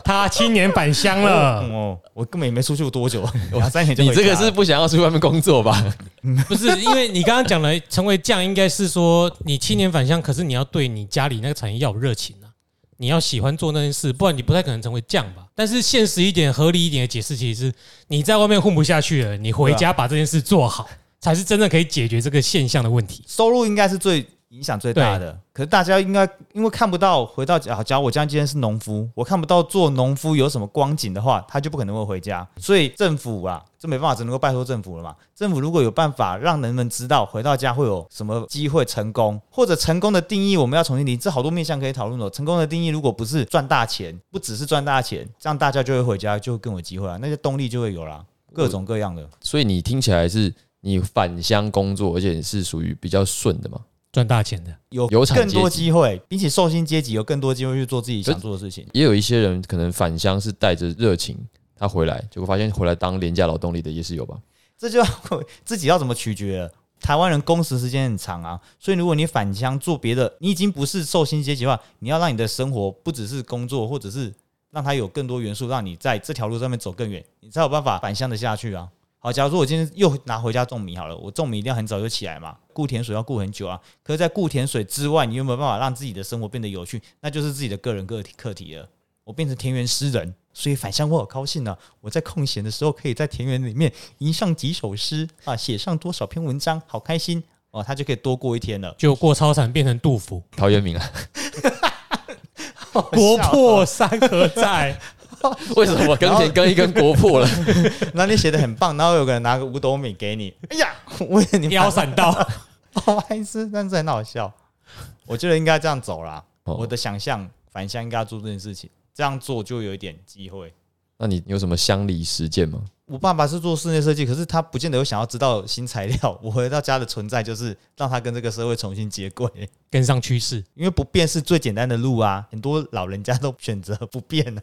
他青年返乡了，哦，我根本也没出去过多久， 两三年就嗯你回这个家是了不想要去外面工作吧？不是因为你刚刚讲了成为匠，应该是说你青年返乡，可是你要对你家里那个产业要有热情啊，你要喜欢做那件事，不然你不太可能成为匠吧。但是现实一点、合理一点的解释，其实是你在外面混不下去了，你回家把这件事做好，才是真正可以解决这个现象的问题。收入应该是最影响最大的。可是大家应该因为看不到回到家，假如我家今天是农夫，我看不到做农夫有什么光景的话，他就不可能会回家。所以政府啊，这没办法，只能够拜托政府了嘛。政府如果有办法让人们知道回到家会有什么机会成功，或者成功的定义，我们要重新理，这好多面向可以讨论的。哦成功的定义如果不是赚大钱，不只是赚大钱，这样大家就会回家，就会更有机会啊，那些动力就会有啦。各种各样的，所以你听起来是你返乡工作，而且是属于比较顺的嘛？赚大钱的，有有产更多阶级机会，比起受薪阶级有更多机会去做自己想做的事情。也有一些人可能返乡是带着热情，他回来，结果发现回来当廉价劳动力的也是有吧？这就要自己要怎么取决了。台湾人工时时间很长啊，所以如果你返乡做别的，你已经不是受薪阶级的话，你要让你的生活不只是工作，或者是让它有更多元素，让你在这条路上面走更远，你才有办法返乡的下去啊。好，假如说我今天又拿回家种米好了，我种米一定要很早就起来嘛，顾甜水要顾很久啊。可是，在顾甜水之外，你有没有办法让自己的生活变得有趣？那就是自己的个人个体课题了。我变成田园诗人，所以返乡我好高兴啊！我在空闲的时候可以在田园里面吟上几首诗啊，写上多少篇文章，好开心哦！他就可以多过一天了。就过超产变成杜甫，陶渊明啊，哦 国破山河在，为什么跟田跟一跟国破了？那你写的很棒，然后有个人拿个五斗米给你，哎呀，我你 腰闪到。好白痴，但是很好笑。我觉得应该这样走啦。哦我的想象返乡应该要做这件事情，这样做就有一点机会。那你有什么乡里实践吗？我爸爸是做室内设计，可是他不见得有想要知道新材料。 我回到家的存在就是让他跟这个社会重新接轨，跟上趋势。因为不变是最简单的路啊。很多老人家都选择不变啊了。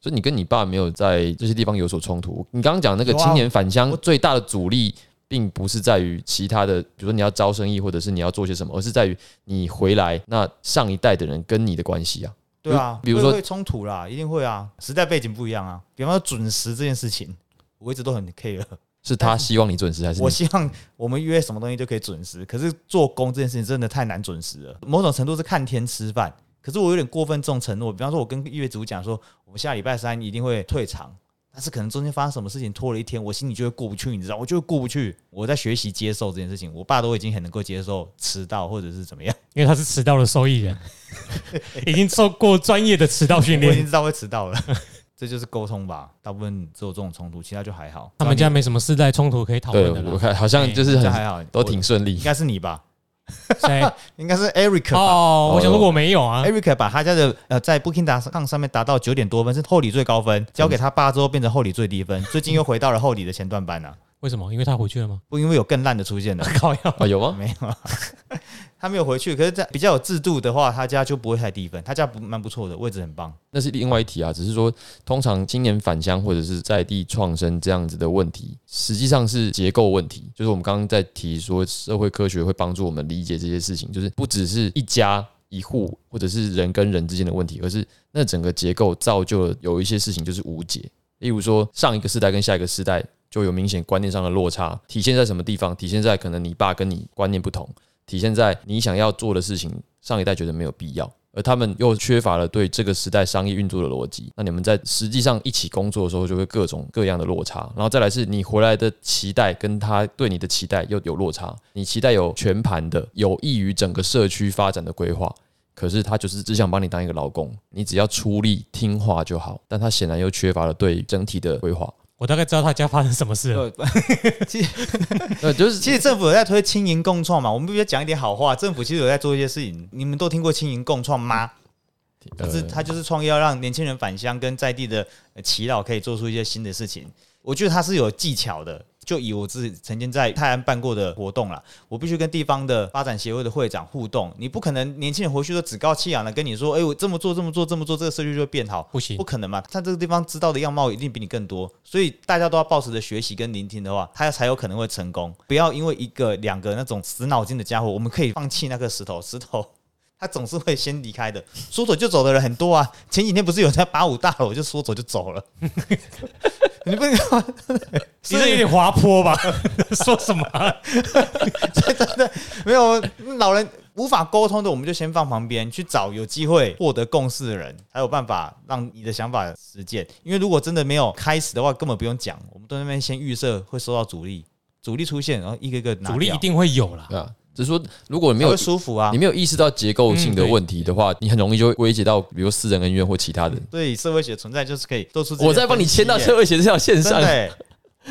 所以你跟你爸没有在这些地方有所冲突。你刚刚讲那个有啊青年返乡我最大的阻力，并不是在于其他的，比如说你要招生意，或者是你要做些什么，而是在于你回来那上一代的人跟你的关系啊。对啊，比如比如说会会冲突啦，一定会啊，时代背景不一样啊。比方说准时这件事情，我一直都很 care。是他希望你准时，还是你我希望我们约什么东西就可以准时，可是做工这件事情真的太难准时了。某种程度是看天吃饭，可是我有点过分重承诺。比方说，我跟业主讲说，我们下礼拜三一定会退场，但是可能中间发生什么事情拖了一天，我心里就会过不去，你知道，我就会过不去。我在学习接受这件事情，我爸都已经很能够接受迟到或者是怎么样，因为他是迟到的受益人，已经受过专业的迟到训我已经练。知道会迟到了。 这就是沟通吧，大部分只有这种冲突，其他就还好。他们家没什么世代冲突可以讨对论的我了。看好像就是这很哎还好，都挺顺利应。该是你吧， 谁？应该是 Eric 吧。哦，我想说我没有啊。 Eric 把他家的呃在 Booking 达上上面达到九点多分，是后里最高分，交给他爸之后变成后里最低分，最近又回到了后里的前段班啊。为什么？因为他回去了吗？不，因为有更烂的出现了，靠要啊，有吗？ 没有啊，他没有回去。可是，在比较有制度的话，他家就不会太低分，他家不蛮不错的，位置很棒。那是另外一题啊，只是说，通常青年返乡或者是在地创生这样子的问题，实际上是结构问题。就是我们刚刚在提说，社会科学会帮助我们理解这些事情，就是不只是一家一户或者是人跟人之间的问题，而是那整个结构造就了有一些事情就是无解。例如说，上一个世代跟下一个世代就有明显观念上的落差，体现在什么地方？体现在可能你爸跟你观念不同，体现在你想要做的事情，上一代觉得没有必要，而他们又缺乏了对这个时代商业运作的逻辑。那你们在实际上一起工作的时候，就会各种各样的落差。然后再来是你回来的期待跟他对你的期待又有落差，你期待有全盘的、有益于整个社区发展的规划。可是他就是只想把你当一个劳工，你只要出力听话就好。但他显然又缺乏了对整体的规划。我大概知道他家发生什么事了。呃，其实呃，就是其实政府有在推青银共创嘛，我们必须要讲一点好话。政府其实有在做一些事情，你们都听过青银共创吗？呃可是他就是创业要让年轻人返乡，跟在地的呃耆老可以做出一些新的事情。我觉得他是有技巧的。就以我自己曾经在泰安办过的活动啦，我必须跟地方的发展协会的会长互动。你不可能年轻人回去都趾高气扬的跟你说：“哎、我这么做，这么做，这么做，这个社区就会变好。”不行不可能嘛！他这个地方知道的样貌一定比你更多，所以大家都要保持着学习跟聆听的话，他才有可能会成功。不要因为一个两个那种死脑筋的家伙，我们可以放弃那颗石头，石头 他总是会先离开的。说走就走的人很多啊，前几天不是有人在八五大楼就说走就走了， 你不能你这有点滑坡吧？说什么？啊 没有老人无法沟通的，我们就先放旁边，去找有机会获得共识的人，才有办法让你的想法实践。因为如果真的没有开始的话，根本不用讲，我们都在那边先预设会受到阻力，阻力出现，然后一个一个拿阻力掉一定会有啦。对啊，只是说如果你没才有会舒服啊你。没有意识到结构性的问题的话，你很容易就会威胁到，比如私人恩怨或其他的。对社会学存在就是可以做出这嗯些我再帮你签到分析耶社会学这条线 真上的，欸、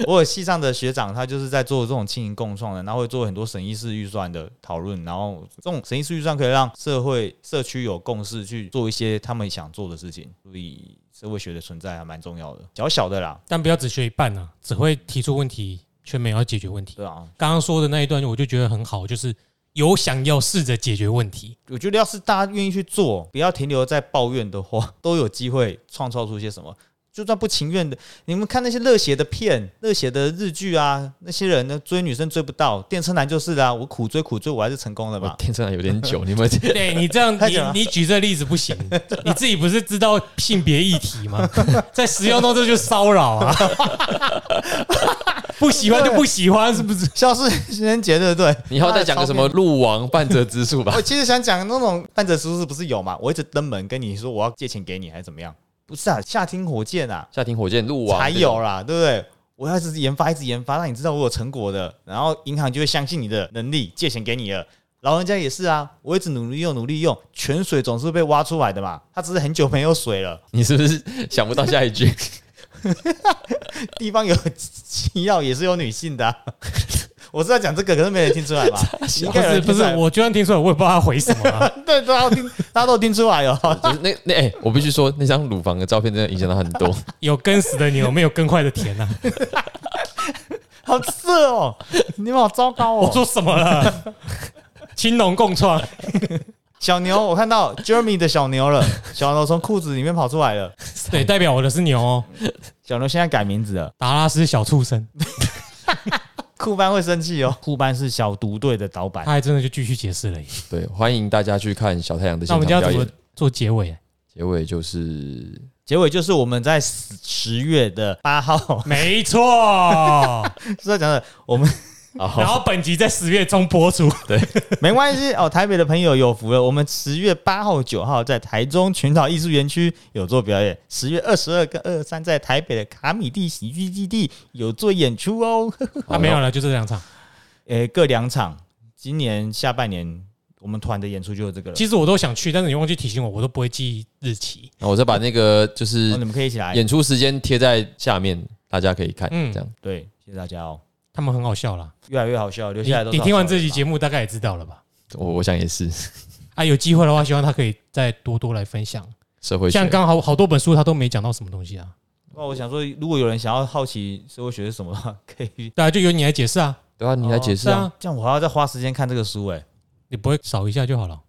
我有系上的学长，他就是在做这种轻盈共创的，然后会做很多审议式预算的讨论，然后这种审议式预算可以让社会社区有共识去做一些他们想做的事情，所以社会学的存在还蛮重要的，小小的啦，但不要只学一半啊，只会提出问题，却没有要解决问题。对啊，刚刚说的那一段，我就觉得很好，就是有想要试着解决问题。我觉得要是大家愿意去做，不要停留在抱怨的话，都有机会创造出些什么。 就算不情愿的，你们看那些热血的片、热血的日剧啊，那些人呢追女生追不到，电车男就是啦、我苦追苦追，我还是成功了我嘛。天真的有点久，你们 这 对你这样，太久了你你举这例子 不行，你自己不是知道性别议题吗？在使用中这就是骚扰啊！ 不喜欢就不喜欢，是不是？消失情人节，对不对？你以后再讲个什么鹿王半折之术吧 我？其实想讲那种半泽叔叔不是有嘛？我一直登门跟你说我要借钱给你还是怎么样？不是啊，夏天火箭啊，夏庭火箭鹿王才这种有啦，对不对？我要一直研发，一直研发，让你知道我有成果的，然后银行就会相信你的能力，借钱给你了。老人家也是啊，我一直努力用，努力用，泉水总是被挖出来的嘛。它只是很久没有水了， 你是不是想不到下一 句？地方有奇药也是有女性的啊、 我是在讲这个，可是没人听出来 吧？应不该有是人不听出是来，吧我就算听出来，我也不知道他回什么啊、对，大家都听， 大家都听出来哦。 就是那那哎、我必须说，那张乳房的照片真的影响到很 多。有跟死的牛，没有跟快的田啊！好色哦，你们好糟糕我哦。说什么了？青龙共创，小牛，我看到 Jeremy 的小牛了，小牛从裤子里面跑出来了。对，代表我的是牛、哦，小牛现在改名字了，达拉斯小畜生，库班会生气哦。库班是小毒队的老板他，还真的就继续解释了耶。对，欢迎大家去看小太阳的那现我们场就要表怎么演。做结尾？结尾就是结尾就是我们在十十月的八号没错， 是在讲的，我 们啊，然后本集在十月中播出。没关系哦。台北的朋友有福了，我们十月八号、九号在台中群岛艺术园区有做表演，十月二十二跟二三在台北的卡米蒂喜剧基地有做演出哦。好啊，没有了，就这两场。诶，各两场，今年下半年我们团的演出就是这个了。其实我都想去，但是你忘记提醒我，我都不会记日期。那我再把那个就哦是你们可以一起来。演出时间贴在下面，大家可以看。嗯这样对，谢谢大家哦，他们很好笑啦，越来越好笑，留你下来都你听完这期节目，目大概也知道了吧？我我想也是啊，有机会的话，希望他可以再多多来分享。社会学像刚好好多本书，他都没讲到什么东西啊。那我想说，如果有人想要好奇社会学是什么的话， 可以对啊，就由你来解释啊。对啊，你来解释是啊。啊，这样，我还要再花时间看这个书哎、你不会扫一下就 好了。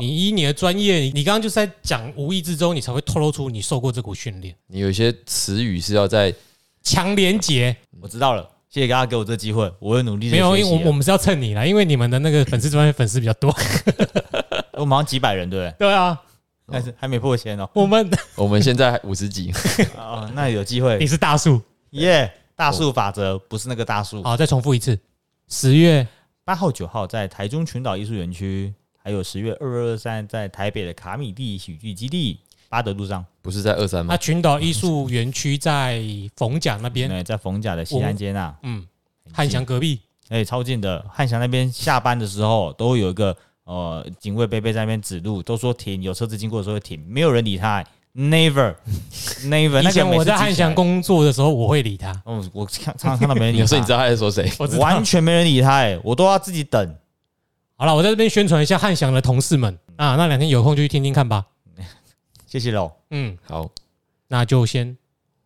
你以你的专业，你你刚刚就是在讲，无意之中你才会透露出你受过这股训练。你有一些词语是要在强连结我知道了，谢谢大家给我这个机会，我会努力地没有，学因习啊为我我们是要蹭你啦，因为你们的那个粉丝专业粉丝比较多。 我们好像几百人对不对？对啊，但是还没破千哦，我们我们现 在五十几，哦，那有机 你会是大树。耶大树法则不是那个大树，好，再重复一次，十月八号、九号在台中群岛艺术园区，还有十月二二三在台北的卡米蒂喜剧基地八德路上，不是在二三那吗？群岛艺术园区在逢甲那边，对，哎在逢甲的西安街那，嗯，汉翔隔壁，哎、超近的。汉翔那边下班的时候都会有一个呃警卫贝贝在那边指路，都说停，有车子经过的时候会停，没有人理他、Never, never。以前我在汉翔工，工作的时候，我会理他。嗯，我常常常看到没人理你他，所以你知道他在说谁？我知道完全没人理他、哎，我都要自己等。好了，我在这边宣传一下汉翔的同事们啊，那两天有空就去听听看吧。谢谢喽，嗯，好，那就先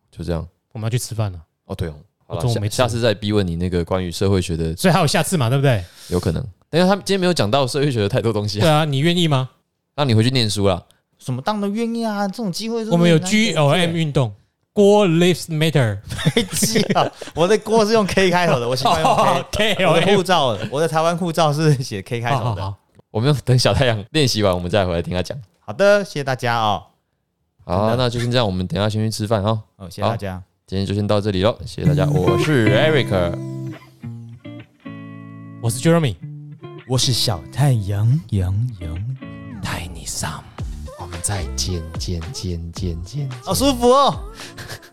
就这样。我们要去吃饭了，哦，对哦，好我中午了，没下下吃次再逼问你那个关于社会学的，所以还有下次嘛，对不对？有可能。但是他们今天没有讲到社会学的太多东西对啊，啊，你愿意吗？让你回去念书啦。什么当然愿意啊，这种机会是我们有难得的 G L M 运动。Gore lives matter，飞机啊，我的锅是用 K 开头的，我习惯用 K。 K 我 L 的 M，护照，我的台湾护照是写 K 开好头好的。好，我们等小太阳练习完，我们再回来听他讲。好的，谢谢大家哦，好啊、真的那就先这样，我们等一下先去吃饭啊、哦，谢谢大家。今天就先到这里喽，谢谢大家，我是 Eric，我是 Jeremy，我是小太阳，阳阳，带你上，我们再见见见见见。好舒服哦。哎